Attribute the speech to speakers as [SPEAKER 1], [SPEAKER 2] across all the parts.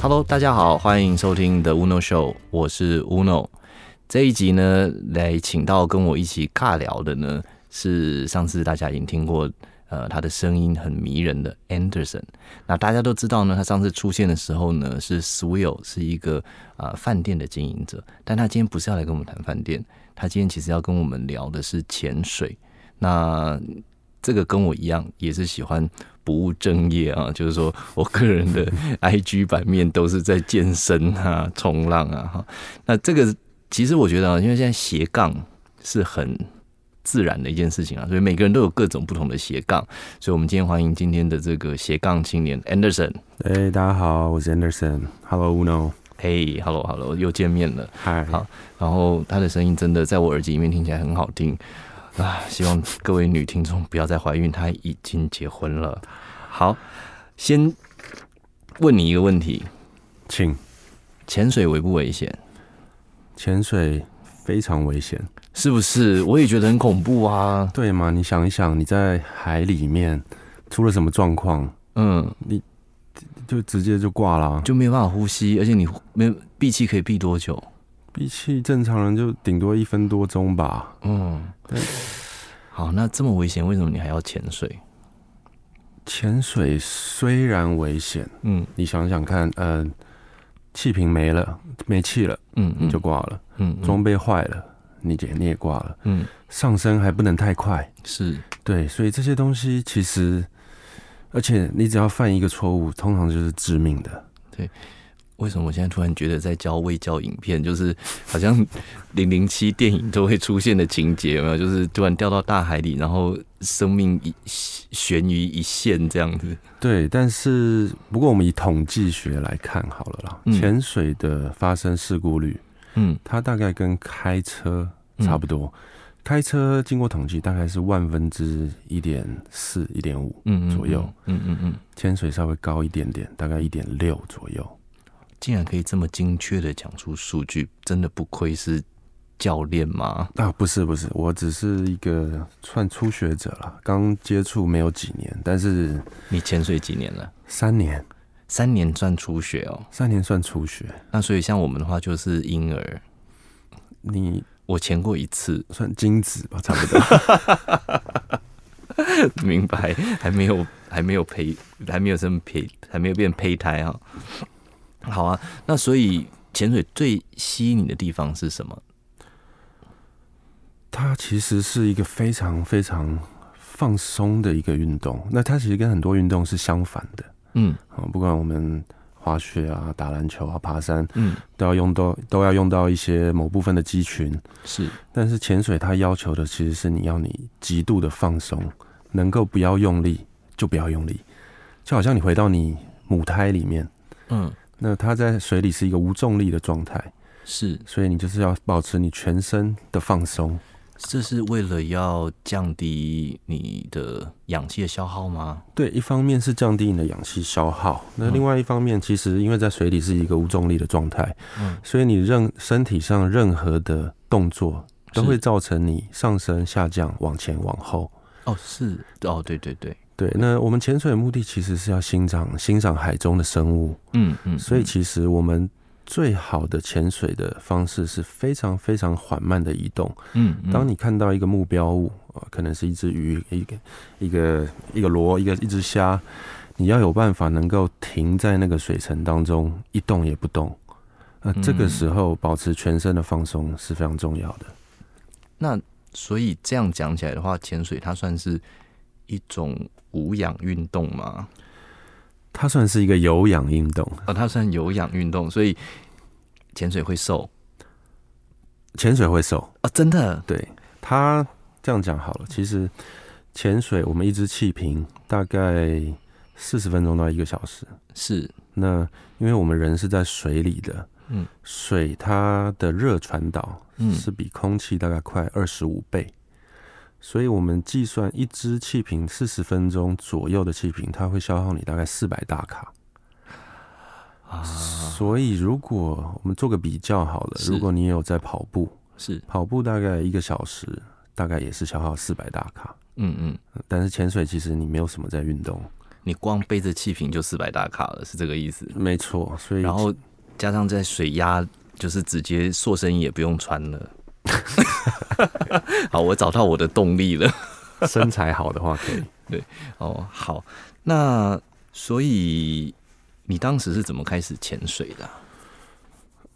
[SPEAKER 1] Hello，大家好，欢迎收听 The Uno Show，我是 Uno。这一集呢，来请到跟我一起尬聊的呢，是上次大家已经听过，呃，他的声音很迷人的 Anderson。那大家都知道呢，他上次出现的时候呢，是 Swill 是一个啊饭、店的经营者，但他今天不是要来跟我们谈饭店，他今天其实要跟我们聊的是潜水。那这个跟我一样，也是喜欢不务正业啊，就是说我个人的 IG 版面都是在健身啊、冲浪啊哈。那这个其实我觉得啊，因为现在斜杠是很自然的一件事情啊，所以每个人都有各种不同的斜杠，所以我们今天欢迎今天的这个斜杠青年 Anderson。
[SPEAKER 2] 哎、大家好，我是 Anderson。Hello Uno，
[SPEAKER 1] 嘿，hello hello，又见面了。
[SPEAKER 2] 嗨，
[SPEAKER 1] 好然后他的声音真的在我耳机里面听起来很好听啊！希望各位女听众不要再怀孕，她已经结婚了。好，先问你一个问题：
[SPEAKER 2] 请
[SPEAKER 1] 潜水危不危险？
[SPEAKER 2] 潜水非常危险，
[SPEAKER 1] 是不是？我也觉得很恐怖啊。
[SPEAKER 2] 对吗？你想一想，你在海里面出了什么状况，
[SPEAKER 1] 嗯，
[SPEAKER 2] 就直接就挂啊啦、
[SPEAKER 1] 就没有办法呼吸，而且你没闭气可以闭多久？
[SPEAKER 2] 比起正常人就顶多一分多钟吧。
[SPEAKER 1] 嗯，
[SPEAKER 2] 对
[SPEAKER 1] 好，那这么危险，为什么你还要潜水？
[SPEAKER 2] 潜水虽然危险，
[SPEAKER 1] 嗯
[SPEAKER 2] 你想想看，呃，气瓶没了，没气了，
[SPEAKER 1] 嗯嗯，
[SPEAKER 2] 你就挂了；
[SPEAKER 1] 嗯嗯
[SPEAKER 2] 装备坏了，你也你也挂了；
[SPEAKER 1] 嗯
[SPEAKER 2] 上升还不能太快，
[SPEAKER 1] 是
[SPEAKER 2] 对，所以这些东西其实，而且你只要犯一个错误，通常就是致命的。
[SPEAKER 1] 为什么我现在突然觉得在教未教影片，就是好像零零七电影都会出现的情节，有没有？就是突然掉到大海里，然后生命一悬于一线这样子。
[SPEAKER 2] 对，但是不过我们以统计学来看好了啦，
[SPEAKER 1] 嗯
[SPEAKER 2] 潜水的发生事故率，
[SPEAKER 1] 嗯，
[SPEAKER 2] 它大概跟开车差不多。开车经过统计，大概是万分之一点四、一点五，
[SPEAKER 1] 嗯
[SPEAKER 2] 左右。
[SPEAKER 1] 嗯嗯嗯，
[SPEAKER 2] 潜水稍微高一点点，大概一点六左右。
[SPEAKER 1] 竟然可以这么精确的讲出数据，真的不愧是教练吗？
[SPEAKER 2] 啊，不是不是，我只是一个算初学者啦，刚接触没有几年，但是
[SPEAKER 1] 你潜水几年了？
[SPEAKER 2] 三年，
[SPEAKER 1] 三年算初学哦。
[SPEAKER 2] 三年算初学。
[SPEAKER 1] 那所以像我们的话就是婴儿，
[SPEAKER 2] 你
[SPEAKER 1] 我潜过一次，
[SPEAKER 2] 算精子吧，差不多。
[SPEAKER 1] 明白？还没有，还没有胚，还没有生胚，还没有变胚胎啊。好啊，那所以潜水最吸引你的地方是什么？
[SPEAKER 2] 它其实是一个非常非常放松的一个运动。那它其实跟很多运动是相反的
[SPEAKER 1] 嗯
[SPEAKER 2] 啊，不管我们滑雪啊、打篮球啊、爬山，
[SPEAKER 1] 嗯，
[SPEAKER 2] 都要用到都要用到一些某部分的肌群。
[SPEAKER 1] 是
[SPEAKER 2] 但是潜水它要求的其实是你要你极度的放松，能够不要用力就不要用力，就好像你回到你母胎里面，
[SPEAKER 1] 嗯
[SPEAKER 2] 那它在水里是一个无重力的状态。
[SPEAKER 1] 是，
[SPEAKER 2] 所以你就是要保持你全身的放松。
[SPEAKER 1] 这是为了要降低你的氧气的消耗吗？
[SPEAKER 2] 对，一方面是降低你的氧气消耗，那
[SPEAKER 1] 嗯
[SPEAKER 2] 另外一方面，其实因为在水里是一个无重力的状态，
[SPEAKER 1] 嗯
[SPEAKER 2] 所以你任身体上任何的动作都
[SPEAKER 1] 是
[SPEAKER 2] 会造成你上升、下降、往前、往后。
[SPEAKER 1] 哦是哦对对对，
[SPEAKER 2] 对，那我们潜水的目的其实是要欣赏欣赏海中的生物，
[SPEAKER 1] 嗯嗯，
[SPEAKER 2] 所以
[SPEAKER 1] 嗯
[SPEAKER 2] 其实我们最好的潜水的方式是非常非常缓慢的移动。
[SPEAKER 1] 嗯嗯
[SPEAKER 2] 当你看到一个目标物，呃，可能是一只鱼、一个一个一个螺、一个一只虾，你要有办法能够停在那个水层当中一动也不动。那、这个
[SPEAKER 1] 嗯
[SPEAKER 2] 时候保持全身的放松是非常重要的。
[SPEAKER 1] 那所以这样讲起来的话，潜水它算是一种无氧运动吗？
[SPEAKER 2] 它算是一个有氧运动，
[SPEAKER 1] 哦，它算有氧运动，所以潜水会瘦
[SPEAKER 2] 潜水会瘦。
[SPEAKER 1] 哦，真的，
[SPEAKER 2] 对它这样讲好了，其实潜水我们一只气瓶大概四十分钟到一个小时，
[SPEAKER 1] 是，
[SPEAKER 2] 那因为我们人是在水里的，
[SPEAKER 1] 嗯，
[SPEAKER 2] 水它的热传导
[SPEAKER 1] 嗯
[SPEAKER 2] 是比空气大概快二十五倍，所以我们计算一支气瓶四十分钟左右的气瓶，它会消耗你大概四百大卡。
[SPEAKER 1] 啊，
[SPEAKER 2] 所以如果我们做个比较好了，
[SPEAKER 1] 是
[SPEAKER 2] 如果你有在跑步，
[SPEAKER 1] 是，
[SPEAKER 2] 跑步大概一个小时，大概也是消耗四百大卡，
[SPEAKER 1] 嗯嗯，
[SPEAKER 2] 但是潜水其实你没有什么在运动，
[SPEAKER 1] 你光背着气瓶就四百大卡了，是这个意思。
[SPEAKER 2] 没错，所以
[SPEAKER 1] 然 后加上在水压，就是直接塑身衣也不用穿了。 好，我找到我的动力了。
[SPEAKER 2] 身材好的话可以。
[SPEAKER 1] 哦，好，那所以你当时是怎么开始潜水的啊、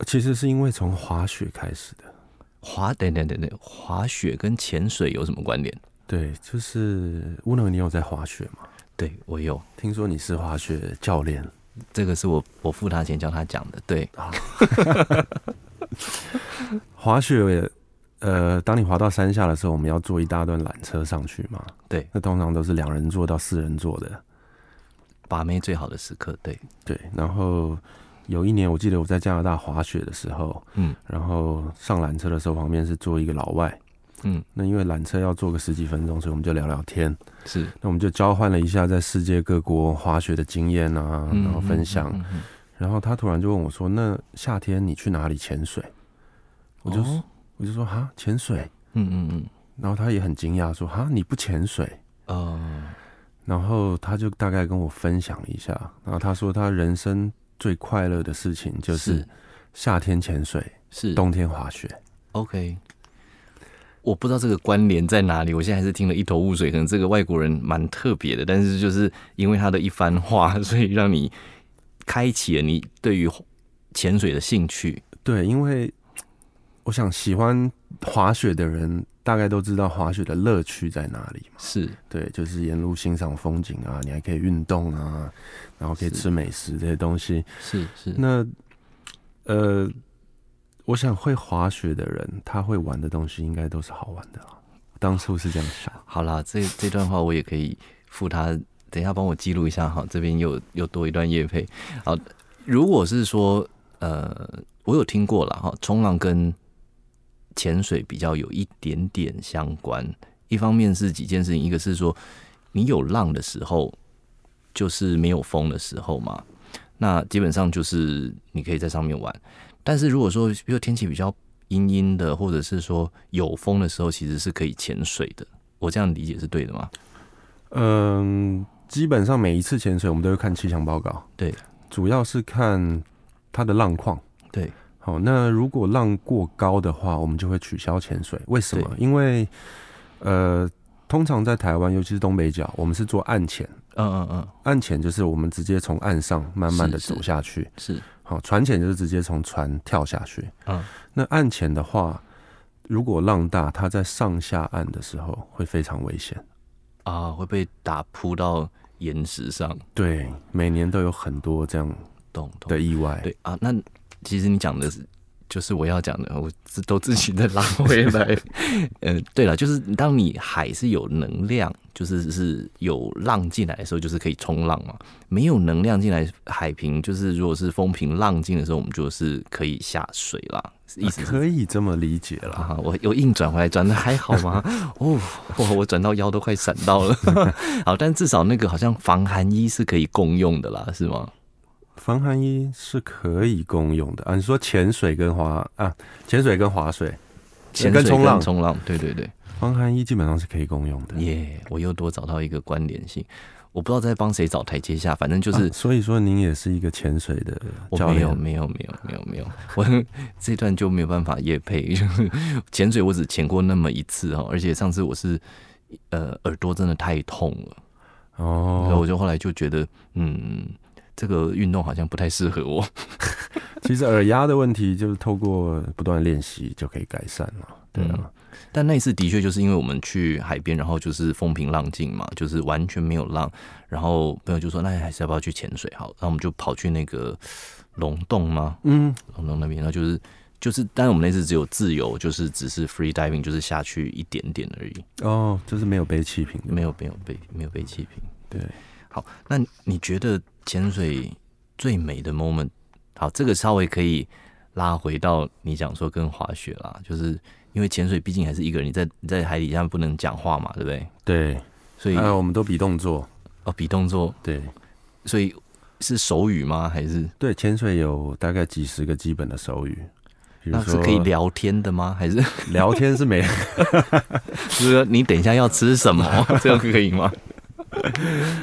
[SPEAKER 2] 其实是因为从滑雪开始的，
[SPEAKER 1] 滑，等等等等，滑雪跟潜水有什么关联？
[SPEAKER 2] 对，就是乌能，你有在滑雪吗？
[SPEAKER 1] 对我有，
[SPEAKER 2] 听说你是滑雪教练，
[SPEAKER 1] 这个是我我付他钱教他讲的。对，
[SPEAKER 2] 滑雪，呃，当你滑到山下的时候，我们要坐一大段缆车上去嘛？
[SPEAKER 1] 对
[SPEAKER 2] 那通常都是两人座到四人座的。
[SPEAKER 1] 把妹最好的时刻，对，
[SPEAKER 2] 对，然后有一年我记得我在加拿大滑雪的时候，
[SPEAKER 1] 嗯
[SPEAKER 2] 然后上缆车的时候旁边是坐一个老外，
[SPEAKER 1] 嗯，
[SPEAKER 2] 那因为缆车要坐个十几分钟，所以我们就聊聊天，
[SPEAKER 1] 是，
[SPEAKER 2] 那我们就交换了一下在世界各国滑雪的经验啊，
[SPEAKER 1] 嗯
[SPEAKER 2] 然后分享。
[SPEAKER 1] 嗯嗯嗯嗯
[SPEAKER 2] 然后他突然就问我说：“那夏天你去哪里潜水？”我就、
[SPEAKER 1] 哦
[SPEAKER 2] 我就说：“哈，潜水。
[SPEAKER 1] 嗯嗯嗯，”
[SPEAKER 2] 然后他也很惊讶说：“哈，你不潜水
[SPEAKER 1] 哦，？”
[SPEAKER 2] 然后他就大概跟我分享了一下，然后他说他人生最快乐的事情就是夏天潜水，
[SPEAKER 1] 是
[SPEAKER 2] 冬天滑雪。
[SPEAKER 1] OK。我不知道这个关联在哪里，我现在还是听了一头雾水。可能这个外国人蛮特别的，但是就是因为他的一番话， 所以让你开启了你对于潜水的兴趣。
[SPEAKER 2] 对，因为我想喜欢滑雪的人大概都知道滑雪的乐趣在哪里嘛。
[SPEAKER 1] 是，
[SPEAKER 2] 对，就是沿路欣赏风景啊，你还可以运动啊，然后可以
[SPEAKER 1] 是
[SPEAKER 2] 吃美食这些东西。
[SPEAKER 1] 是是，
[SPEAKER 2] 那呃，我想会滑雪的人，他会玩的东西应该都是好玩的啦。当初是这样想，
[SPEAKER 1] 好啦，这这段话我也可以附他，等一下帮我记录一下哈，这边又又多一段夜配。好，如果是说呃，我有听过了哈，冲浪跟潜水比较有一点点相关。一方面是几件事情，一个是说你有浪的时候，就是没有风的时候嘛，那基本上就是你可以在上面玩。但是如果说比如天气比较阴阴的，或者是说有风的时候，其实是可以潜水的。我这样理解是对的吗？
[SPEAKER 2] 嗯，基本上每一次潜水，我们都会看气象报告，
[SPEAKER 1] 对，
[SPEAKER 2] 主要是看它的浪况。
[SPEAKER 1] 对，
[SPEAKER 2] 好，那如果浪过高的话，我们就会取消潜水。为什么
[SPEAKER 1] 对？
[SPEAKER 2] 因为呃，通常在台湾，尤其是东北角，我们是做岸潜，
[SPEAKER 1] 嗯嗯嗯，
[SPEAKER 2] 岸潜就是我们直接从岸上慢慢的
[SPEAKER 1] 是是
[SPEAKER 2] 走下去。
[SPEAKER 1] 是，
[SPEAKER 2] 好，船潜就是直接从船跳下去。
[SPEAKER 1] 嗯，
[SPEAKER 2] 那岸潜的话，如果浪大，它在上下岸的时候会非常危险。
[SPEAKER 1] 啊，会被打扑到岩石上，
[SPEAKER 2] 对，每年都有很多这样
[SPEAKER 1] 懂懂。
[SPEAKER 2] 的意外。
[SPEAKER 1] 对啊，那其实你讲的是，就是我要讲的，我自都自己再拉回 来。呃，对了，就是当你海是有能量，就是是有浪进来的时候，就是可以冲浪嘛。没有能量进来，海平就是如果是风平浪静的时候，我们就是可以下水啦。意
[SPEAKER 2] 啊
[SPEAKER 1] 思是
[SPEAKER 2] 可以这么理解啦。
[SPEAKER 1] 啊，我又硬转回来，转的还好 吗？哦，哇，我转到腰都快闪到了。好，但至少那个好像防寒衣是可以共用的啦，是吗？
[SPEAKER 2] 防寒衣是可以共用的啊。你说潜水跟滑啊，潜水跟滑水，
[SPEAKER 1] 潜水
[SPEAKER 2] 呃跟冲浪
[SPEAKER 1] 冲浪，对对对，
[SPEAKER 2] 防寒衣基本上是可以共用的。
[SPEAKER 1] 耶、我又多找到一个关联性。我不知道在帮谁找台阶下，反正就、
[SPEAKER 2] 就是所以说您也是一个潜水的
[SPEAKER 1] 我
[SPEAKER 2] 啊教
[SPEAKER 1] 没有
[SPEAKER 2] 练。
[SPEAKER 1] 没有没有没有没有，我 这段就没有办法夜配。 潜水我只潜过那么一次哦，而且上次我是呃耳朵真的太痛了，然后
[SPEAKER 2] 哦，
[SPEAKER 1] 我就后来就觉得嗯，这个运动好像不太适合我。
[SPEAKER 2] 其实耳压的问题就是透过不断练习就可以改善了。对啊，
[SPEAKER 1] 嗯但那一次的确就是因为我们去海边，然后就是风平浪静嘛，就是完全没有浪。然后朋友就说：“那还是要不要去潜水好？”然后我们就跑去那个龙洞吗？
[SPEAKER 2] 嗯，
[SPEAKER 1] 龙洞那边，然后就是就是，但我们那次只有自由，就是只是 free diving，就是下去一点点而已，
[SPEAKER 2] 哦，就是没有背气瓶的。
[SPEAKER 1] 没有没有被没有被气瓶。
[SPEAKER 2] 对，
[SPEAKER 1] 好，那你觉得潜水最美的 moment？好，这个稍微可以拉回到你讲说跟滑雪啦，就是因为潜水毕竟还是一个人，你在你在海底下不能讲话嘛，对不对？
[SPEAKER 2] 对，
[SPEAKER 1] 所以、
[SPEAKER 2] 还哎有我们都比动作，
[SPEAKER 1] 哦，比动作，
[SPEAKER 2] 对
[SPEAKER 1] 所以是手语吗？还是
[SPEAKER 2] 对，潜水有大概几十个基本的手语，比如
[SPEAKER 1] 那是
[SPEAKER 2] 说
[SPEAKER 1] 可以聊天的吗？还是
[SPEAKER 2] 聊天是没，
[SPEAKER 1] 就是说你等一下要吃什么，这样可以吗？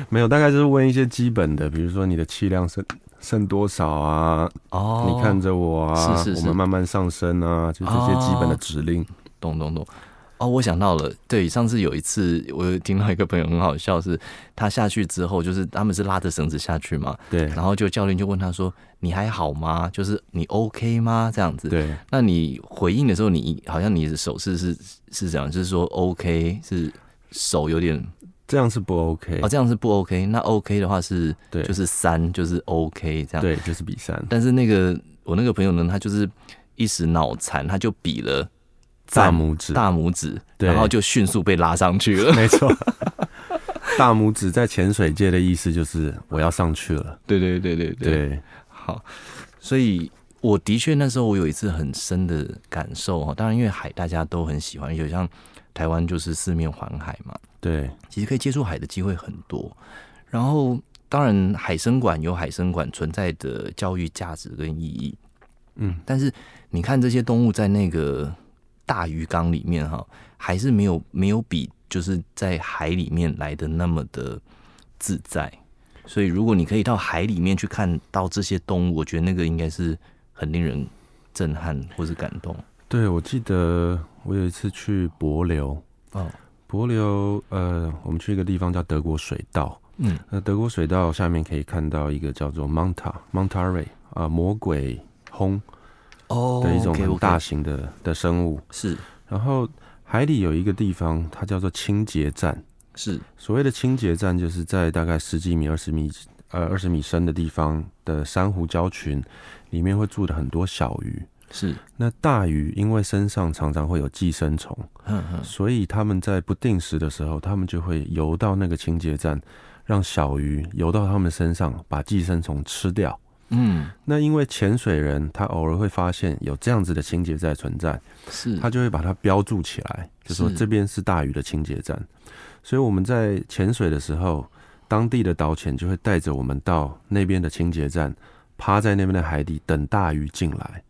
[SPEAKER 2] 没有，大概就是问一些基本的，比如说你的气量剩剩多少啊？
[SPEAKER 1] 哦，
[SPEAKER 2] 你看着我啊，
[SPEAKER 1] 是是是
[SPEAKER 2] 我们慢慢上升啊，就这些基本的指令。
[SPEAKER 1] 懂懂懂。哦，我想到了，对，上次有一次我有听到一个朋友很好笑是，他下去之后，就是他们是拉着绳子下去嘛，
[SPEAKER 2] 对
[SPEAKER 1] 然后就教练就问他说：“你还好吗？就是你 OK 吗？”这样子。
[SPEAKER 2] 对，
[SPEAKER 1] 那你回应的时候你，好像你的手势是是这样，就是说 OK 是手有点
[SPEAKER 2] 这样是不 OK
[SPEAKER 1] 哦，。这样是不 OK。那 OK 的话是
[SPEAKER 2] 对，
[SPEAKER 1] 就是三，就是 OK 这样。
[SPEAKER 2] 对，就是比三。
[SPEAKER 1] 但是那个我那个朋友呢，他就是一时脑残，他就比了
[SPEAKER 2] 大
[SPEAKER 1] 赞
[SPEAKER 2] 拇指，
[SPEAKER 1] 大拇指，
[SPEAKER 2] 对
[SPEAKER 1] 然后就迅速被拉上去了。
[SPEAKER 2] 没错。 大拇指在潜水界的意思就是我要上去了。
[SPEAKER 1] 对对对对对，
[SPEAKER 2] 对，
[SPEAKER 1] 好，所以。我的确那时候我有一次很深的感受哦，当然因为海大家都很喜欢，有像台湾就是四面环海嘛，
[SPEAKER 2] 对，
[SPEAKER 1] 其实可以接触海的机会很多。然后，当然海参馆有海参馆存在的教育价值跟意义，
[SPEAKER 2] 嗯，
[SPEAKER 1] 但是你看这些动物在那个大鱼缸里面哈，还是没有没有比就是在海里面来的那么的自在。所以，如果你可以到海里面去看到这些动物，我觉得那个应该是很令人震撼或是感动。
[SPEAKER 2] 对，我记得我有一次去帛流，
[SPEAKER 1] 哦，
[SPEAKER 2] 帛流，呃，我们去一个地方叫德国水道。
[SPEAKER 1] 嗯，
[SPEAKER 2] 那德国水道下面可以看到一个叫做 Monta Monterey 啊、魔鬼轰
[SPEAKER 1] 哦
[SPEAKER 2] 的一种很
[SPEAKER 1] OK，OK
[SPEAKER 2] 大型的的生物。
[SPEAKER 1] 是
[SPEAKER 2] 然后海里有一个地方，它叫做清洁站。
[SPEAKER 1] 是
[SPEAKER 2] 所谓的清洁站，就是在大概十几米、二十米、呃二十米深的地方的珊瑚礁群，里面会住的很多小鱼。
[SPEAKER 1] 是，
[SPEAKER 2] 那大鱼因为身上常常会有寄生虫，
[SPEAKER 1] 哼哼，
[SPEAKER 2] 所以他们在不定时的时候，他们就会游到那个清洁站，让小鱼游到他们身上，把寄生虫吃掉。
[SPEAKER 1] 嗯，
[SPEAKER 2] 那因为潜水人他偶尔会发现有这样子的清洁站存在，
[SPEAKER 1] 是
[SPEAKER 2] 他就会把它标注起来，就说
[SPEAKER 1] 嗯是
[SPEAKER 2] 这边是大鱼的清洁站。所以我们在潜水的时候，当地的导潜就会带着我们到那边的清洁站，趴在那边的海底等大鱼进来。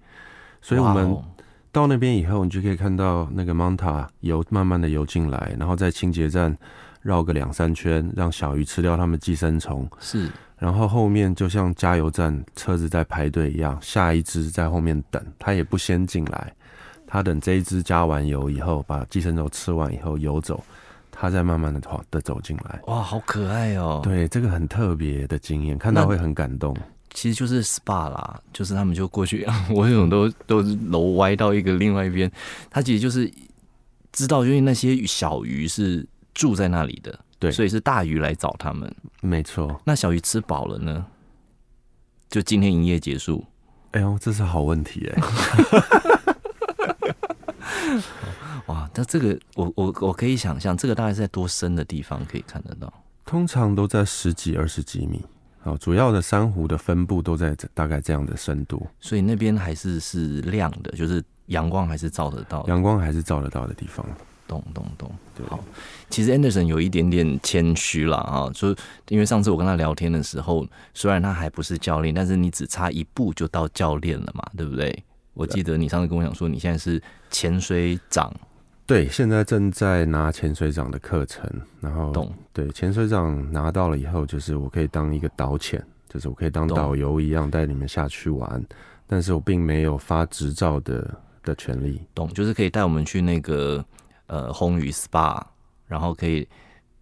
[SPEAKER 2] 所以我
[SPEAKER 1] 哇
[SPEAKER 2] 们
[SPEAKER 1] 哦
[SPEAKER 2] 到那边以后，你就可以看到那个 Manta 游慢慢的游进来，然后在清洁站绕个两三圈，让小鱼吃掉它们寄生虫。
[SPEAKER 1] 是
[SPEAKER 2] 然后后面就像加油站车子在排队一样，下一只在后面等，它也不先进来，它等这一只加完油以后，把寄生虫吃完以后游走，它再慢慢的跑的走进来。
[SPEAKER 1] 哇，好可爱哦、，
[SPEAKER 2] 对，这个很特别的经验，看到
[SPEAKER 1] 那
[SPEAKER 2] 会很感动。
[SPEAKER 1] 其实就是 SPA 啦，就是他们就过去， 我有种都都是楼歪到一个另外一边。他其实就是知道，因为那些小鱼是住在那里的，
[SPEAKER 2] 对
[SPEAKER 1] 所以是大鱼来找他们。
[SPEAKER 2] 没错，
[SPEAKER 1] 那小鱼吃饱了呢，就今天营业结束。
[SPEAKER 2] 哎呦，这是好问题哎。
[SPEAKER 1] 哇，那这个我我我可以想象，这个大概是在多深的地方可以看得到？
[SPEAKER 2] 通常都在十几、二十几米。好，主要的珊瑚的分布都在这大概这样的深度，
[SPEAKER 1] 所以那边还是是亮的，就是阳光还是照得到的。
[SPEAKER 2] 阳光还是照得到的地方。
[SPEAKER 1] 懂懂懂。
[SPEAKER 2] 对，
[SPEAKER 1] 好其实 Anderson 有一点点谦虚啦，啊，就是因为上次我跟他聊天的时候，虽然他还不是教练，但是你只差一步就到教练了嘛，对不对？我记得你上次跟我讲说，你现在是潜水长，
[SPEAKER 2] 对，现在正在拿潜水长的课程，然后
[SPEAKER 1] 懂
[SPEAKER 2] 对，潜水长拿到了以后，就是我可以当一个导潜，就是我可以当
[SPEAKER 1] 懂
[SPEAKER 2] 导游一样带你们下去玩，但是我并没有发执照的的权利。
[SPEAKER 1] 懂，就是可以带我们去那个呃红鱼 SPA，然后可以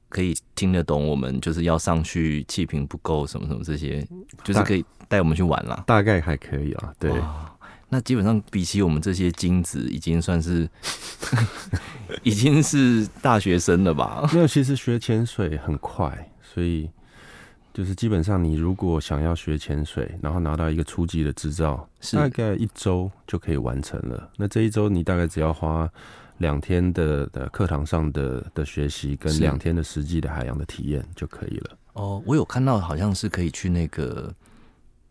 [SPEAKER 1] 可以听得懂我们就是要上去气瓶不够什么什么这些，就是可以带我们去玩啦。
[SPEAKER 2] 大概还可以啊，对，
[SPEAKER 1] 哇那基本上比起我们这些精子，已经算是 已经是大学生了 吧？
[SPEAKER 2] 因为其实学潜水很快，所以就是基本上你如果想要学潜水，然后拿到一个初级的执照，
[SPEAKER 1] 是
[SPEAKER 2] 大概一周就可以完成了。那这一周你大概只要花两天的的课堂上的的学习，跟
[SPEAKER 1] 是
[SPEAKER 2] 两天的实际的海洋的体验就可以了。
[SPEAKER 1] 哦，我有看到好像是可以去那个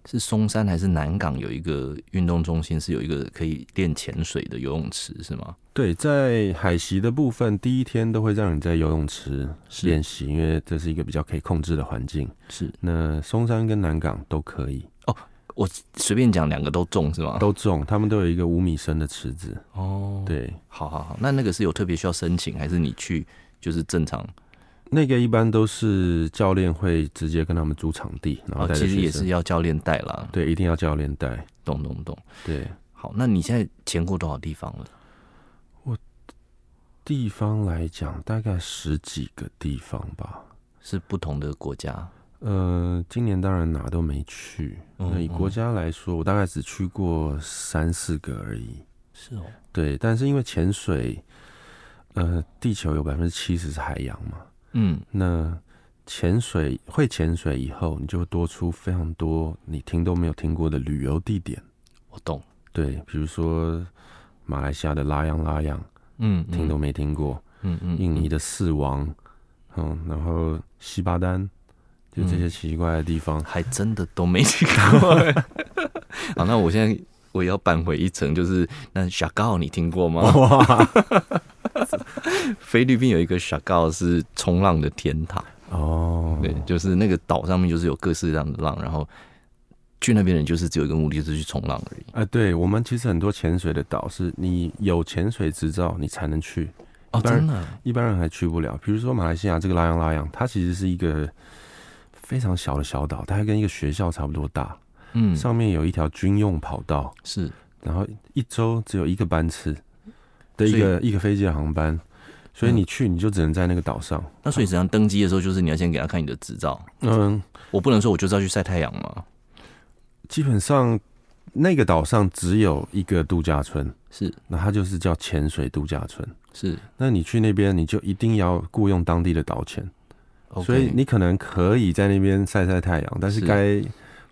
[SPEAKER 1] 是松山还是南港有一个运动中心，是有一个可以练潜水的游泳池，是吗？
[SPEAKER 2] 对，在海习的部分，第一天都会让你在游泳池练
[SPEAKER 1] 是
[SPEAKER 2] 习，因为这是一个比较可以控制的环境。
[SPEAKER 1] 是，
[SPEAKER 2] 那松山跟南港都可以，
[SPEAKER 1] 我随便讲两个都中是吗？
[SPEAKER 2] 都中，他们都有一个五米深的池子。
[SPEAKER 1] 哦，，
[SPEAKER 2] 对，
[SPEAKER 1] 好好好，那那个是有特别需要申请，还是你去就是正常？
[SPEAKER 2] 那个一般都是教练会直接跟他们租场地，然后
[SPEAKER 1] 哦，
[SPEAKER 2] 带着
[SPEAKER 1] 其实
[SPEAKER 2] 学
[SPEAKER 1] 也
[SPEAKER 2] 生
[SPEAKER 1] 是要教练带啦，
[SPEAKER 2] 对，一定要教练带。
[SPEAKER 1] 懂懂懂。
[SPEAKER 2] 对，
[SPEAKER 1] 好，那你现在潜过多少地方了？
[SPEAKER 2] 地方来讲，大概十几个地方吧。
[SPEAKER 1] 是不同的国家，
[SPEAKER 2] 呃，今年当然哪都没去。
[SPEAKER 1] 嗯
[SPEAKER 2] 那以国
[SPEAKER 1] 嗯
[SPEAKER 2] 家来说，我大概只去过三四个而已。
[SPEAKER 1] 是哦，
[SPEAKER 2] 对，但是因为潜水，呃，地球有百分之七十是海洋嘛，
[SPEAKER 1] 嗯，
[SPEAKER 2] 那潜水会潜水以后，你就会多出非常多你听都没有听过的旅游地点。
[SPEAKER 1] 我懂，
[SPEAKER 2] 对，比如说马来西亚的拉央拉央，
[SPEAKER 1] 嗯，嗯
[SPEAKER 2] 听都，没听过；
[SPEAKER 1] 嗯嗯，
[SPEAKER 2] 印尼
[SPEAKER 1] 的，
[SPEAKER 2] 的四王，嗯，然后西巴丹，就这些奇怪的地方。
[SPEAKER 1] 还真的都没去过。 好，那我现在我也要扳回一城，就是那小告你听过吗？
[SPEAKER 2] 哇，
[SPEAKER 1] 菲律宾有一个小告是冲浪的天堂，
[SPEAKER 2] 哦，
[SPEAKER 1] 对，就是那个岛上面就是有各式各样的浪，然后去那边的人就是只有一个目的，就是去冲浪而已。
[SPEAKER 2] 啊，对，我们其实很多潜水的岛是你有潜水执照你才能去，
[SPEAKER 1] 哦，
[SPEAKER 2] 当然
[SPEAKER 1] 真的啊，
[SPEAKER 2] 一般人还去不了。比如说马来西亚这个拉洋拉洋，它其实是一个非常小的小岛，大概跟一个学校差不多大。
[SPEAKER 1] 嗯，
[SPEAKER 2] 上面有一条军用跑道，
[SPEAKER 1] 是
[SPEAKER 2] 然后一周只有一个班次
[SPEAKER 1] 所
[SPEAKER 2] 的一
[SPEAKER 1] 以
[SPEAKER 2] 个一个飞机的航班，所以
[SPEAKER 1] 嗯
[SPEAKER 2] 你去你就只能在那个岛上。
[SPEAKER 1] 那所以怎样登机的时候，就是你要先给他看你的执照。
[SPEAKER 2] 嗯，
[SPEAKER 1] 我不能说我就是要去晒太阳嘛，
[SPEAKER 2] 基本上那个岛上只有一个度假村，
[SPEAKER 1] 是
[SPEAKER 2] 那它就是叫潜水度假村。
[SPEAKER 1] 是
[SPEAKER 2] 那你去那边，你就一定要雇佣当地的岛潜，
[SPEAKER 1] ，OK，
[SPEAKER 2] 所以你可能可以在那边晒晒太阳，但是
[SPEAKER 1] 是
[SPEAKER 2] 该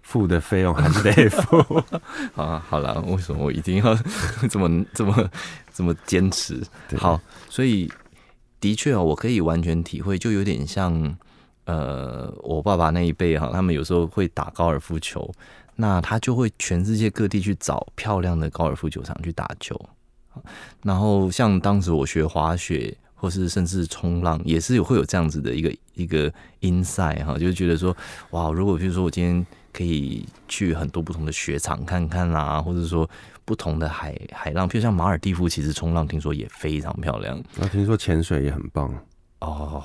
[SPEAKER 2] 付的费用还是得付。
[SPEAKER 1] 好啊，好了，为什么我一定要 这么这么这么坚持？
[SPEAKER 2] 对
[SPEAKER 1] 好，所以的确哦，我可以完全体会，就有点像呃，我爸爸那一辈哈，他们有时候会打高尔夫球，那他就会全世界各地去找漂亮的高尔夫球场去打球。然后像当时我学滑雪，或是甚至冲浪，也是有会有这样子的一个一个 insight 哈，就是觉得说，哇，如果比如说我今天可以去很多不同的雪场看看啦、或者说不同的海海浪，譬如像马尔蒂夫，其实冲浪听说也非常漂亮
[SPEAKER 2] 然后听说潜水也很棒，
[SPEAKER 1] 哦。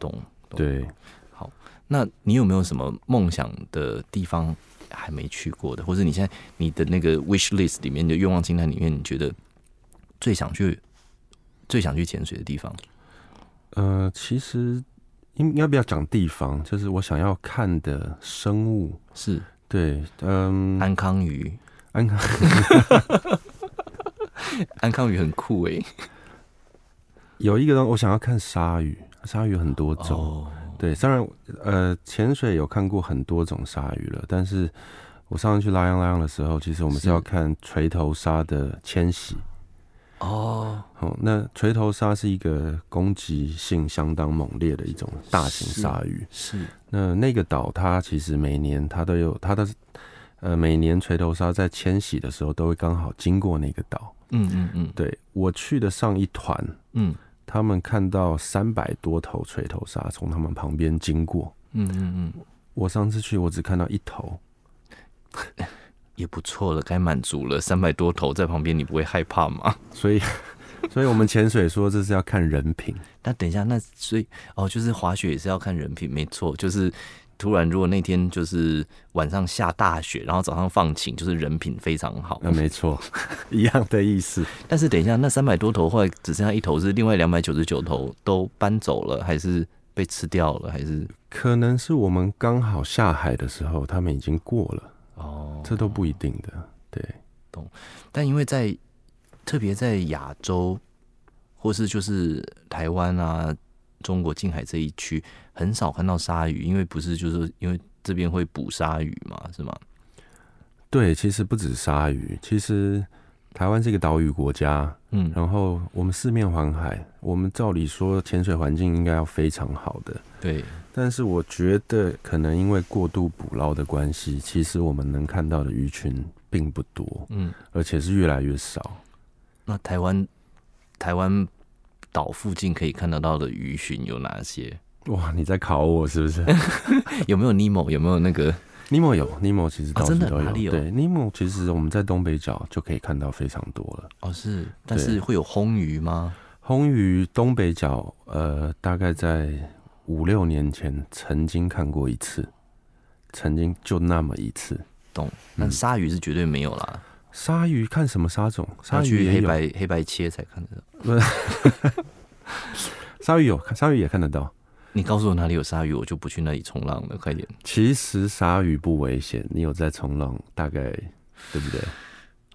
[SPEAKER 1] 懂。懂
[SPEAKER 2] 对。
[SPEAKER 1] 那你有没有什么梦想的地方还没去过的，或者你现在你的那个 wish list 里面你的愿望清单里面，你觉得最想去、最想去潜水的地方？
[SPEAKER 2] 呃，其实应该不要讲地方，就是我想要看的生物。
[SPEAKER 1] 是
[SPEAKER 2] 对，嗯，
[SPEAKER 1] 安康鱼，
[SPEAKER 2] 安康，
[SPEAKER 1] 安康鱼很酷欸诶、
[SPEAKER 2] 有一个东我想要看鲨鱼，鲨鱼有很多种。
[SPEAKER 1] 哦，
[SPEAKER 2] 对，当然，呃，潜水有看过很多种鲨鱼了，但是我上次去拉洋拉洋的时候，其实我们是
[SPEAKER 1] 是
[SPEAKER 2] 要看锤头鲨的迁徙。
[SPEAKER 1] 哦，
[SPEAKER 2] 哦，那锤头鲨是一个攻击性相当猛烈的一种大型
[SPEAKER 1] 是
[SPEAKER 2] 鲨鱼。
[SPEAKER 1] 是
[SPEAKER 2] 那那个岛，它其实每年它都有它的，呃，每年锤头鲨在迁徙的时候都会刚好经过那个岛。
[SPEAKER 1] 嗯嗯嗯
[SPEAKER 2] 对我去的上一团，
[SPEAKER 1] 嗯
[SPEAKER 2] 他们看到三百多头锤头鲨从他们旁边经过。
[SPEAKER 1] 嗯嗯嗯，
[SPEAKER 2] 我上次去，我只看到一头。
[SPEAKER 1] 也不错了，该满足了。三百多头在旁边，你不会害怕吗？
[SPEAKER 2] 所以， 所以我们潜水说这是要看人品。
[SPEAKER 1] 那等一下，那所以哦，就是滑雪也是要看人品，没错。就是突然如果那天就是晚上下大雪，然后早上放晴，就是人品非常好。
[SPEAKER 2] 那、呃没错，一样的意思。
[SPEAKER 1] 但是等一下，那三百多头后来只剩下一头，是另外两百九十九头都搬走了，还是被吃掉了，还是
[SPEAKER 2] 可能是我们刚好下海的时候，他们已经过了，
[SPEAKER 1] 哦？
[SPEAKER 2] 这都不一定的。对，
[SPEAKER 1] 但因为在特别在亚洲，或是就是台湾啊、中国近海这一区，很少看到鲨鱼，因为不是就是因为这边会捕鲨鱼嘛，是吗？
[SPEAKER 2] 对，其实不止鲨鱼，其实台湾是一个岛屿国家，
[SPEAKER 1] 嗯，
[SPEAKER 2] 然后我们四面环海，我们照理说潜水环境应该要非常好的，
[SPEAKER 1] 对，
[SPEAKER 2] 但是我觉得可能因为过度捕捞的关系，其实我们能看到的鱼群并不多，
[SPEAKER 1] 嗯，
[SPEAKER 2] 而且是越来越少。
[SPEAKER 1] 那台湾台湾岛附近可以看得到的鱼群有哪些？
[SPEAKER 2] 哇，你在考我是不是？
[SPEAKER 1] 有没有尼莫？有没有那个？
[SPEAKER 2] 尼莫有，尼莫其实到
[SPEAKER 1] 哦
[SPEAKER 2] 处
[SPEAKER 1] 真的
[SPEAKER 2] 都有。
[SPEAKER 1] 哪里有
[SPEAKER 2] 对，尼莫其实我们在东北角就可以看到非常多了。
[SPEAKER 1] 哦，是，但
[SPEAKER 2] 对
[SPEAKER 1] 是会有红鱼吗？
[SPEAKER 2] 红鱼东北角，呃，大概在五六年前曾经看过一次，曾经就那么一次。
[SPEAKER 1] 懂。那鲨鱼是绝对没有啦，
[SPEAKER 2] 鲨鱼看什么鲨种？鲨
[SPEAKER 1] 要
[SPEAKER 2] 鱼
[SPEAKER 1] 去
[SPEAKER 2] 也
[SPEAKER 1] 黑
[SPEAKER 2] 有，
[SPEAKER 1] 白黑白切才看得到。
[SPEAKER 2] 鲨鱼有，鲨鱼也看得到。
[SPEAKER 1] 你告诉我哪里有鲨鱼，我就不去那里冲浪了。快点，
[SPEAKER 2] 其实鲨鱼不危险，你有在冲浪，大概对不对？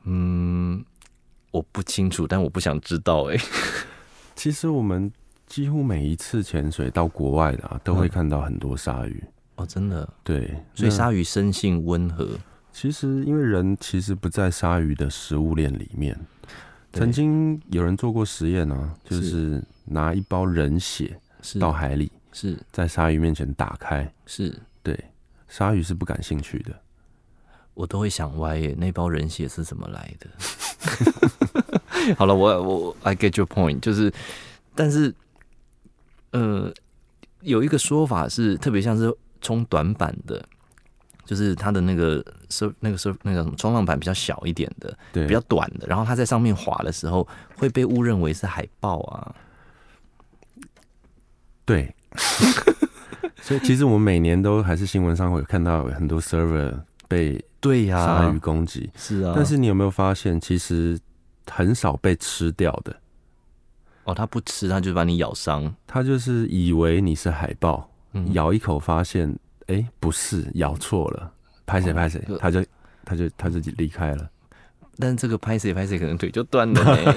[SPEAKER 1] 嗯，我不清楚，但我不想知道、哎，
[SPEAKER 2] 其实我们几乎每一次潜水到国外的啊，都会
[SPEAKER 1] 嗯
[SPEAKER 2] 看到很多鲨鱼。
[SPEAKER 1] 哦，真的，
[SPEAKER 2] 对，
[SPEAKER 1] 所以
[SPEAKER 2] 那
[SPEAKER 1] 鲨鱼生性温和。
[SPEAKER 2] 其实因为人其实不在鲨鱼的食物链里面。
[SPEAKER 1] 对
[SPEAKER 2] 曾经有人做过实验啊，就是是拿一包人血
[SPEAKER 1] 是
[SPEAKER 2] 到海里，
[SPEAKER 1] 是
[SPEAKER 2] 在鲨鱼面前打开，
[SPEAKER 1] 是，
[SPEAKER 2] 对，鲨鱼是不感兴趣的。
[SPEAKER 1] 我都会想歪耶，那包人血是怎么来的？ 好了，我我 I get your point，就是，但是，呃，有一个说法是，特别像是冲短板的，就是它的那个 surf 那个 surf 那个叫什么冲浪板比较小一点的，
[SPEAKER 2] 对，
[SPEAKER 1] 比较短的，然后它在上面滑的时候会被误认为是海豹啊。
[SPEAKER 2] 对。 所以其实我们每年都还是新闻上会有看到有很多 server 被
[SPEAKER 1] 对呀、
[SPEAKER 2] 鲨鱼攻击，
[SPEAKER 1] 是啊，
[SPEAKER 2] 但是你有没有发现，其实很少被吃掉的？
[SPEAKER 1] 哦，它不吃，它就把你咬伤。
[SPEAKER 2] 它就是以为你是海豹，
[SPEAKER 1] 嗯
[SPEAKER 2] 咬一口发现，哎、不是，咬错了，拍谁拍谁
[SPEAKER 1] 哦，
[SPEAKER 2] 它就它就它就离开了。
[SPEAKER 1] 但这个拍谁拍谁可能腿就断了呢、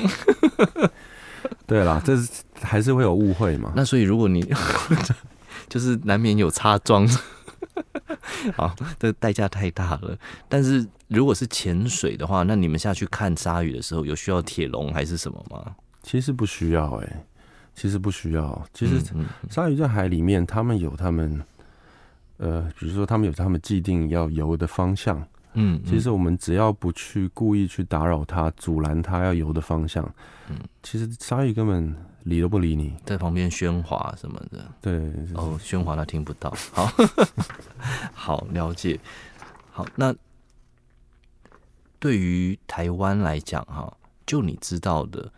[SPEAKER 2] 对啦，这是还是会有误会嘛。
[SPEAKER 1] 嗯那所以如果你 就是难免有擦撞， 好，这代价太大了。但是如果是潜水的话，那你们下去看鲨鱼的时候，有需要铁笼还是什么吗？
[SPEAKER 2] 其实不需要哎、其实不需要。其实
[SPEAKER 1] 嗯
[SPEAKER 2] 鲨鱼在海里面，他们有他们，呃，比如说他们有他们既定要游的方向。
[SPEAKER 1] 嗯，嗯
[SPEAKER 2] 其实我们只要不去故意去打扰它、阻拦它要游的方向，
[SPEAKER 1] 嗯
[SPEAKER 2] 其实鲨鱼根本理都不理你。
[SPEAKER 1] 在旁边喧哗什么的。
[SPEAKER 2] 对，
[SPEAKER 1] 哦，喧哗他听不到。好， 好了解。好，那对于台湾来讲，哈，就你知道的，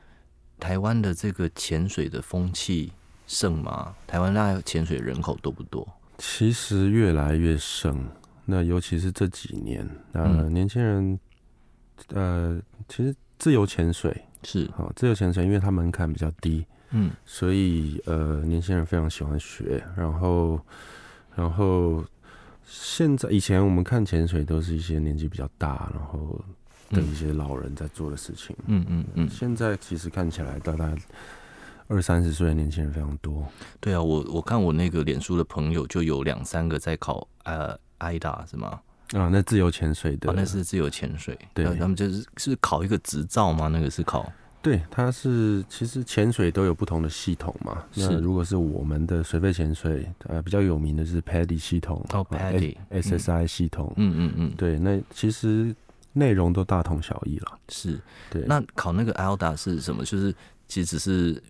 [SPEAKER 1] 台湾的这个潜水的风气盛吗？台湾那潜水人口多不多？
[SPEAKER 2] 其实越来越盛。那尤其是这几年，呃，
[SPEAKER 1] 嗯
[SPEAKER 2] 年轻人，呃，其实自由潜水，
[SPEAKER 1] 是，
[SPEAKER 2] 好、自由潜水，因为它门槛比较低，
[SPEAKER 1] 嗯，
[SPEAKER 2] 所以呃，年轻人非常喜欢学。然后，然后现在以前我们看潜水都是一些年纪比较大，然后的一
[SPEAKER 1] 嗯
[SPEAKER 2] 些老人在做的事情。
[SPEAKER 1] 嗯嗯嗯，
[SPEAKER 2] 现在其实看起来大概二三十岁的年轻人非常多。
[SPEAKER 1] 对啊，我我看我那个脸书的朋友就有两三个在考呃 IDA 是吗？
[SPEAKER 2] 啊，那自由潜水的，
[SPEAKER 1] 哦，那是自由潜水，
[SPEAKER 2] 对
[SPEAKER 1] 呃他们就是是考一个执照吗？那个是考，
[SPEAKER 2] 对，它是其实潜水都有不同的系统嘛。
[SPEAKER 1] 是
[SPEAKER 2] 那如果是我们的水肺潜水，呃，比较有名的是 PADI 系统，啊
[SPEAKER 1] 哦，PADI，嗯
[SPEAKER 2] SSI 系统，
[SPEAKER 1] 嗯嗯嗯，
[SPEAKER 2] 对，那其实内容都大同小异了。
[SPEAKER 1] 是。
[SPEAKER 2] 对，
[SPEAKER 1] 那考那个 IELTS 是什么？就是其实只是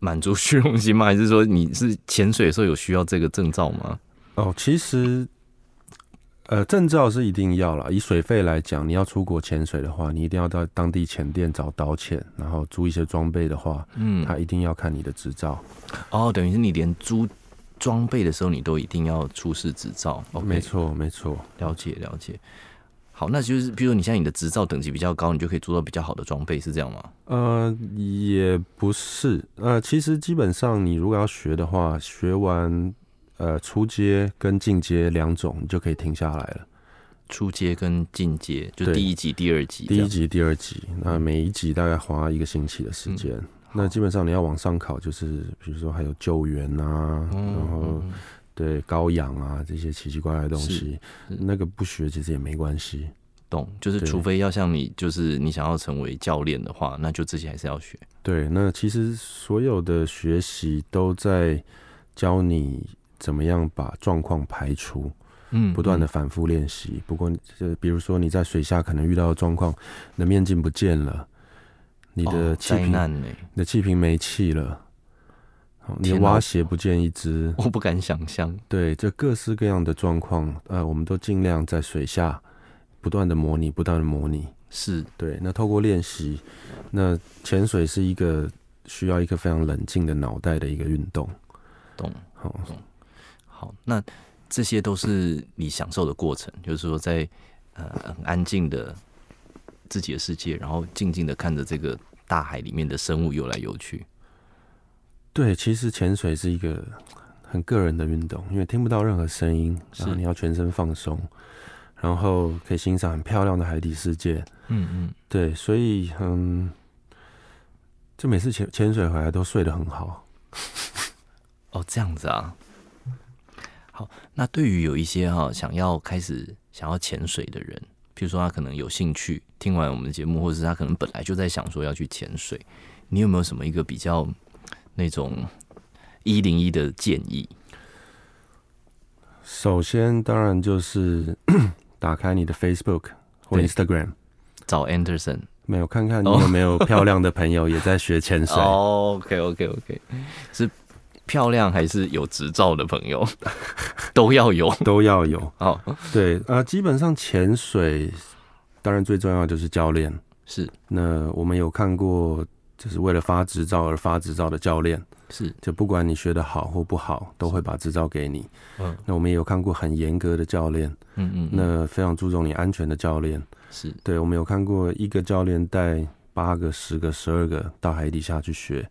[SPEAKER 1] 满足虚荣心吗？还是说你是潜水的时候有需要这个证照吗？
[SPEAKER 2] 哦，其实呃，证照是一定要啦。以水费来讲，你要出国潜水的话，你一定要到当地潜店找导潜，然后租一些装备的话，
[SPEAKER 1] 嗯，
[SPEAKER 2] 他一定要看你的执照。
[SPEAKER 1] 哦，等于是你连租装备的时候，你都一定要出示执照。OK，
[SPEAKER 2] 没，错，没错，
[SPEAKER 1] 了解了解。好，那就是比如说你现在你的执照等级比较高，你就可以租到比较好的装备，是这样吗？
[SPEAKER 2] 呃，也不是，呃，其实基本上你如果要学的话，学完呃初阶跟进阶两种，你就可以停下来了。
[SPEAKER 1] 初阶跟进阶，就
[SPEAKER 2] 对
[SPEAKER 1] 第一级、第二级这
[SPEAKER 2] 第一
[SPEAKER 1] 样。嗯
[SPEAKER 2] 集、第二集，那每一集大概花一个星期的时间。那基本上你要往上考，就是比如说还有救援啊，然后
[SPEAKER 1] 嗯
[SPEAKER 2] 对高氧啊这些奇奇怪怪的东西，
[SPEAKER 1] 是是
[SPEAKER 2] 那个不学其实也没关系。
[SPEAKER 1] 懂，就是
[SPEAKER 2] 对
[SPEAKER 1] 除非要像你，就是你想要成为教练的话，那就自己还是要学。
[SPEAKER 2] 对，那其实所有的学习都在教你怎么样把状况排除，
[SPEAKER 1] 嗯
[SPEAKER 2] 不断的反复练习。不过，呃，比如说你在水下可能遇到的状况，你的面镜不见了，你
[SPEAKER 1] 你
[SPEAKER 2] 的气
[SPEAKER 1] 哦灾
[SPEAKER 2] 瓶
[SPEAKER 1] 难欸呢、
[SPEAKER 2] 你的气瓶没气了，好你的
[SPEAKER 1] 天哪
[SPEAKER 2] 蛙鞋不见一只，
[SPEAKER 1] 我不敢想象。
[SPEAKER 2] 对，这各式各样的状况，呃，我们都尽量在水下不断的模拟，不断的模拟。
[SPEAKER 1] 是
[SPEAKER 2] 对，那透过练习，那潜水是一个需要一个非常冷静的脑袋的一个运动。
[SPEAKER 1] 懂。
[SPEAKER 2] 好，
[SPEAKER 1] 好，那这些都是你享受的过程，就是说在呃很安静的自己的世界，然后静静的看着这个大海里面的生物游来游去。
[SPEAKER 2] 对，其实潜水是一个很个人的运动，因为听不到任何声音，然后
[SPEAKER 1] 是
[SPEAKER 2] 你要全身放松，然后可以欣赏很漂亮的海底世界。
[SPEAKER 1] 嗯嗯，
[SPEAKER 2] 对，所以嗯，就每次潜潜水回来都睡得很好。
[SPEAKER 1] 哦，这样子啊。好，那对于有一些哈、想要开始想要潜水的人，譬如说他可能有兴趣，听完我们的节目，或者是他可能本来就在想说要去潜水，你有没有什么一个比较那种一零一的建议？
[SPEAKER 2] 首先，当然就是 打开你的 Facebook 或
[SPEAKER 1] 对
[SPEAKER 2] Instagram，
[SPEAKER 1] 找 Anderson
[SPEAKER 2] 没有看看你有没有漂亮的朋友也在学潜水。
[SPEAKER 1] 哦，OK，OK，OK、o k OK OK，是漂亮还是有执照的朋友 都要有
[SPEAKER 2] 都要有
[SPEAKER 1] 哦，
[SPEAKER 2] 对啊、呃基本上潜水，当然最重要的就是教练。
[SPEAKER 1] 是
[SPEAKER 2] 那我们有看过，就是为了发执照而发执照的教练，
[SPEAKER 1] 是，
[SPEAKER 2] 就不管你学的好或不好，都会把执照给你。
[SPEAKER 1] 嗯
[SPEAKER 2] 那我们也有看过很严格的教练，
[SPEAKER 1] 嗯嗯，
[SPEAKER 2] 那非常注重你安全的教练。
[SPEAKER 1] 是
[SPEAKER 2] 对我们有看过一个教练带八个、十个、十二个到海底下去学，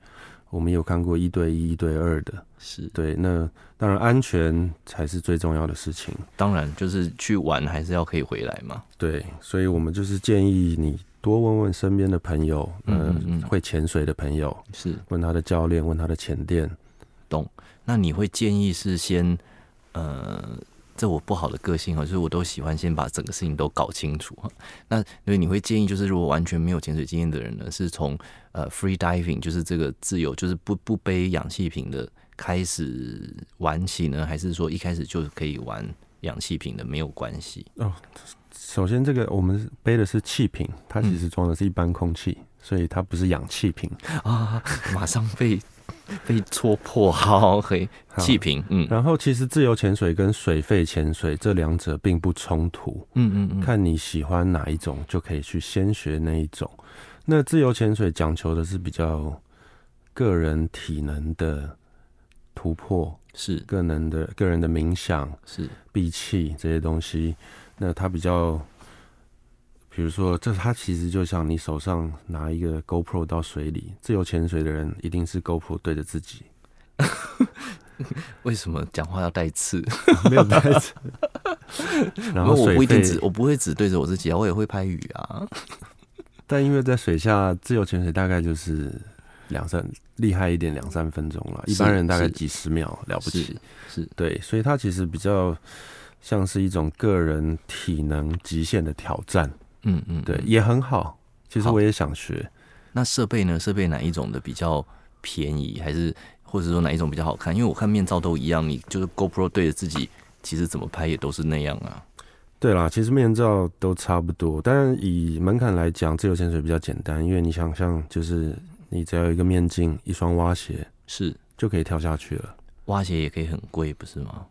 [SPEAKER 2] 我们也有看过一对一、一对二的。
[SPEAKER 1] 是，
[SPEAKER 2] 对，那当然安全才是最重要的事情。
[SPEAKER 1] 当然就是去玩还是要可以回来嘛，
[SPEAKER 2] 对，所以我们就是建议你多问问身边的朋友，呃
[SPEAKER 1] 嗯嗯嗯
[SPEAKER 2] 会潜水的朋友，
[SPEAKER 1] 是。
[SPEAKER 2] 问他的教练，问他的潜店。
[SPEAKER 1] 那你会建议是先，呃，这我不好的个性哦，就是我都喜欢先把整个事情都搞清楚哈。那所以你会建议，就是如果完全没有潜水经验的人呢，是从呃 free diving，就是这个自由，就是不不背氧气瓶的开始玩起呢，还是说一开始就可以玩氧气瓶的没有关系？
[SPEAKER 2] 首先，这个我们背的是气瓶，它其实装的是一般空气，所以它不是氧气瓶。
[SPEAKER 1] 啊，马上被被戳破，好，可以
[SPEAKER 2] 好
[SPEAKER 1] 气瓶，嗯
[SPEAKER 2] 然后，其实自由潜水跟水肺潜水这两者并不冲突，
[SPEAKER 1] 嗯嗯嗯，
[SPEAKER 2] 看你喜欢哪一种，就可以去先学那一种。那自由潜水讲求的是比较个人体能的突破，
[SPEAKER 1] 是
[SPEAKER 2] 个人的个人的冥想、
[SPEAKER 1] 是
[SPEAKER 2] 闭气这些东西，那它比较，比如说，这它其实就像你手上拿一个 GoPro 到水里，自由潜水的人一定是 GoPro 对着自己，
[SPEAKER 1] 为什么讲话要带刺？
[SPEAKER 2] 没有带 着。然后
[SPEAKER 1] 因为我
[SPEAKER 2] 水
[SPEAKER 1] 不一定
[SPEAKER 2] 费，
[SPEAKER 1] 只，我不会只对着我自己啊，我也会拍鱼啊。
[SPEAKER 2] 但因为在水下自由潜水大概就是两三厉害一点两三分钟了，一
[SPEAKER 1] 是
[SPEAKER 2] 般人大概
[SPEAKER 1] 是
[SPEAKER 2] 几十秒了不起。
[SPEAKER 1] 是是
[SPEAKER 2] 对，所以它其实比较像是一种个人体能极限的挑战。
[SPEAKER 1] 嗯嗯，
[SPEAKER 2] 对，
[SPEAKER 1] 嗯。
[SPEAKER 2] 也很好。其实
[SPEAKER 1] 好
[SPEAKER 2] 我也想学，
[SPEAKER 1] 那设备呢？设备哪一种的比较便宜，还是或者说哪一种比较好看？因为我看面罩都一样，你就是 GoPro 对着自己，其实怎么拍也都是那样啊。
[SPEAKER 2] 对啦，其实面罩都差不多，当然以门槛来讲，自由潜水比较简单，因为你想象就是你只要有一个面镜、一双蛙鞋
[SPEAKER 1] 是
[SPEAKER 2] 就可以跳下去了，
[SPEAKER 1] 蛙鞋也可以很贵，不是吗？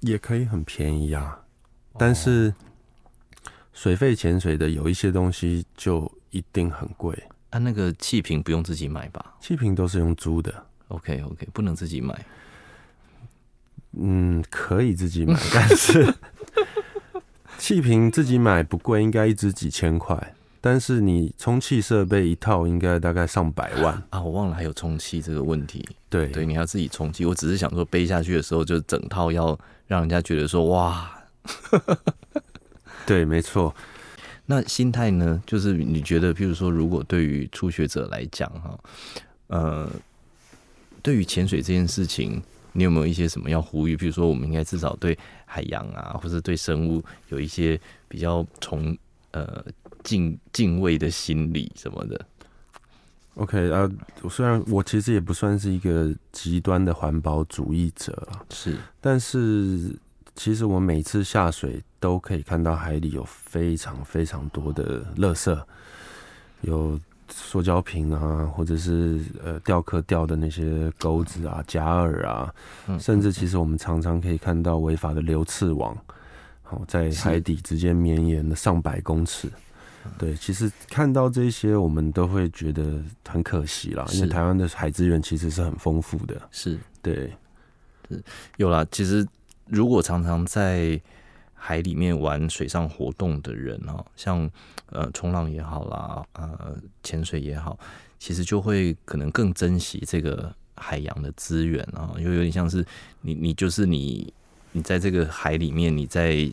[SPEAKER 2] 也可以很便宜啊。但
[SPEAKER 1] 哦
[SPEAKER 2] 是水肺潜水的有一些东西就一定很贵，
[SPEAKER 1] 啊，那个气瓶不用自己买吧
[SPEAKER 2] 气瓶都是用租的，
[SPEAKER 1] ？OK OK，不能自己买。
[SPEAKER 2] 嗯，可以自己买，但是气瓶自己买不贵，应该一支几千块。但是你充气设备一套应该大概上百万，
[SPEAKER 1] 啊，我忘了还有充气这个问题。
[SPEAKER 2] 对
[SPEAKER 1] 对，你要自己充气。我只是想说，背下去的时候就整套要让人家觉得说，哇，
[SPEAKER 2] 对，没错。
[SPEAKER 1] 那心态呢？就是你觉得，譬如说，如果对于初学者来讲，哈，呃，对于潜水这件事情，你有没有一些什么要呼吁？譬如说，我们应该至少对海洋啊，或者对生物有一些比较从呃敬敬畏的心理什么的。
[SPEAKER 2] OK 啊，我虽然我其实也不算是一个极端的环保主义者啦，
[SPEAKER 1] 是
[SPEAKER 2] 但是其实我每次下水都可以看到海里有非常非常多的垃圾，有塑胶瓶啊，或者是呃钓客钓的那些钩子啊、假饵啊，
[SPEAKER 1] 嗯
[SPEAKER 2] 甚至其实我们常常可以看到违法的流刺网，好在
[SPEAKER 1] 是
[SPEAKER 2] 海底直接绵延了上百公尺。对，其实看到这些，我们都会觉得很可惜啦，因
[SPEAKER 1] 是
[SPEAKER 2] 为台湾的海资源其实是很丰富的。
[SPEAKER 1] 是，
[SPEAKER 2] 对，
[SPEAKER 1] 有啦，其实如果常常在海里面玩水上活动的人哈、哦，像呃冲浪也好啦，呃潜水也好，其实就会可能更珍惜这个海洋的资源啊、因为有点像是你你就是你你在这个海里面，你在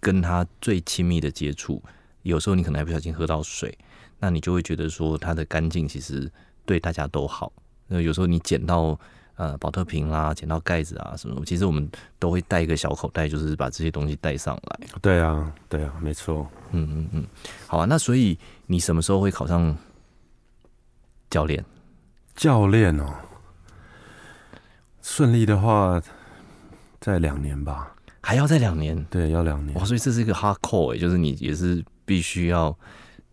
[SPEAKER 1] 跟它最亲密的接触，有时候你可能还不小心喝到水，那你就会觉得说它的干净其实对大家都好。那有时候你捡到呃保特瓶啦，捡到盖子啊什么，其实我们都会带一个小口袋，就是把这些东西带上来。
[SPEAKER 2] 对啊，对啊，没错。
[SPEAKER 1] 嗯嗯嗯，好啊。那所以你什么时候会考上教练？
[SPEAKER 2] 教练哦，顺利的话，在两年吧。
[SPEAKER 1] 还要在两年？
[SPEAKER 2] 对，要两年
[SPEAKER 1] 哇，。所以这是一个 hard core，、欸、就是你也是必须要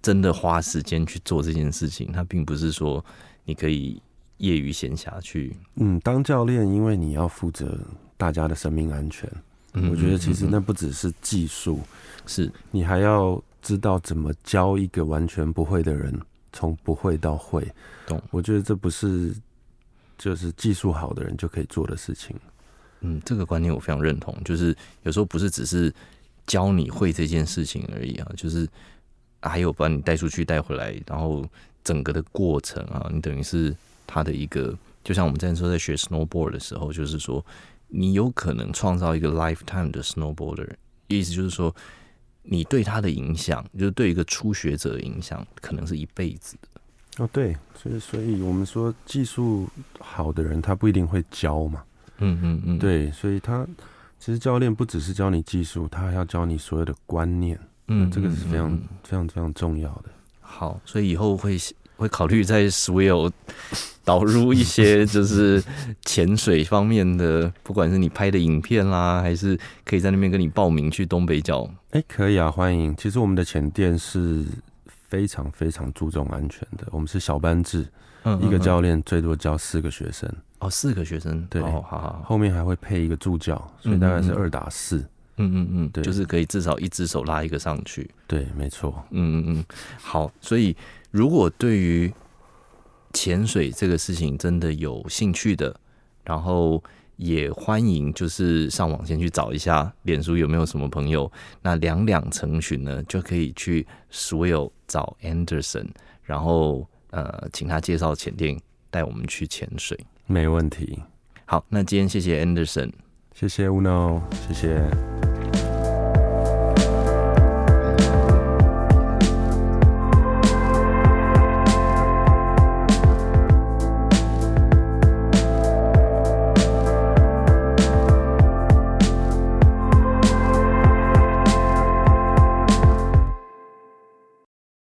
[SPEAKER 1] 真的花时间去做这件事情，它并不是说你可以业余闲暇去。
[SPEAKER 2] 嗯，当教练，因为你要负责大家的生命安全，
[SPEAKER 1] 嗯
[SPEAKER 2] 我觉得其实
[SPEAKER 1] 嗯嗯
[SPEAKER 2] 那不只是技术，
[SPEAKER 1] 嗯是
[SPEAKER 2] 你还要知道怎么教一个完全不会的人从不会到会。
[SPEAKER 1] 懂
[SPEAKER 2] 我觉得这不是就是技术好的人就可以做的事情。
[SPEAKER 1] 嗯，这个观念我非常认同，就是有时候不是只是教你会这件事情而已啊，就是还有把你带出去带回来，然后整个的过程啊，你等于是他的一个，就像我们之前说在学 snowboard 的时候，就是说你有可能创造一个 lifetime 的 snowboarder，意思就是说你对他的影响，就是对一个初学者的影响，可能是一辈子的。
[SPEAKER 2] 哦，对，所以所以我们说技术好的人他不一定会教嘛，
[SPEAKER 1] 嗯嗯嗯，
[SPEAKER 2] 对，所以他其实教练不只是教你技术，他还要教你所有的观念，
[SPEAKER 1] 嗯，嗯，
[SPEAKER 2] 这个是非常、
[SPEAKER 1] 嗯嗯
[SPEAKER 2] 非常非常重要的。
[SPEAKER 1] 好，所以以后会会考虑在 Swill 导入一 些就是潜水方面的，不管是你拍的影片啦，还是可以在那边跟你报名去东北角。
[SPEAKER 2] 哎、可以啊，欢迎。其实我们的前店是非常非常注重安全的，我们是小班制，
[SPEAKER 1] 嗯
[SPEAKER 2] 一个教练最多教四个学生，
[SPEAKER 1] 哦，四个学生，
[SPEAKER 2] 对
[SPEAKER 1] 哦，好好好，
[SPEAKER 2] 后面还会配一个助教，所以大概
[SPEAKER 1] 嗯
[SPEAKER 2] 是
[SPEAKER 1] 嗯嗯
[SPEAKER 2] 二打四。
[SPEAKER 1] 嗯嗯嗯，
[SPEAKER 2] 对
[SPEAKER 1] 就是可以至少一只手拉一个上去。
[SPEAKER 2] 对，没错。
[SPEAKER 1] 嗯嗯嗯，好，所以如果对于潜水这个事情真的有兴趣的，然后也欢迎就是上网先去找一下脸书有没有什么朋友，那两两成群呢就可以去 Swill 找 Anderson，然后呃请他介绍潜店带我们去潜水。
[SPEAKER 2] 没问题，
[SPEAKER 1] 好，那今天谢谢 Anderson。
[SPEAKER 2] 谢谢 Uno，谢谢。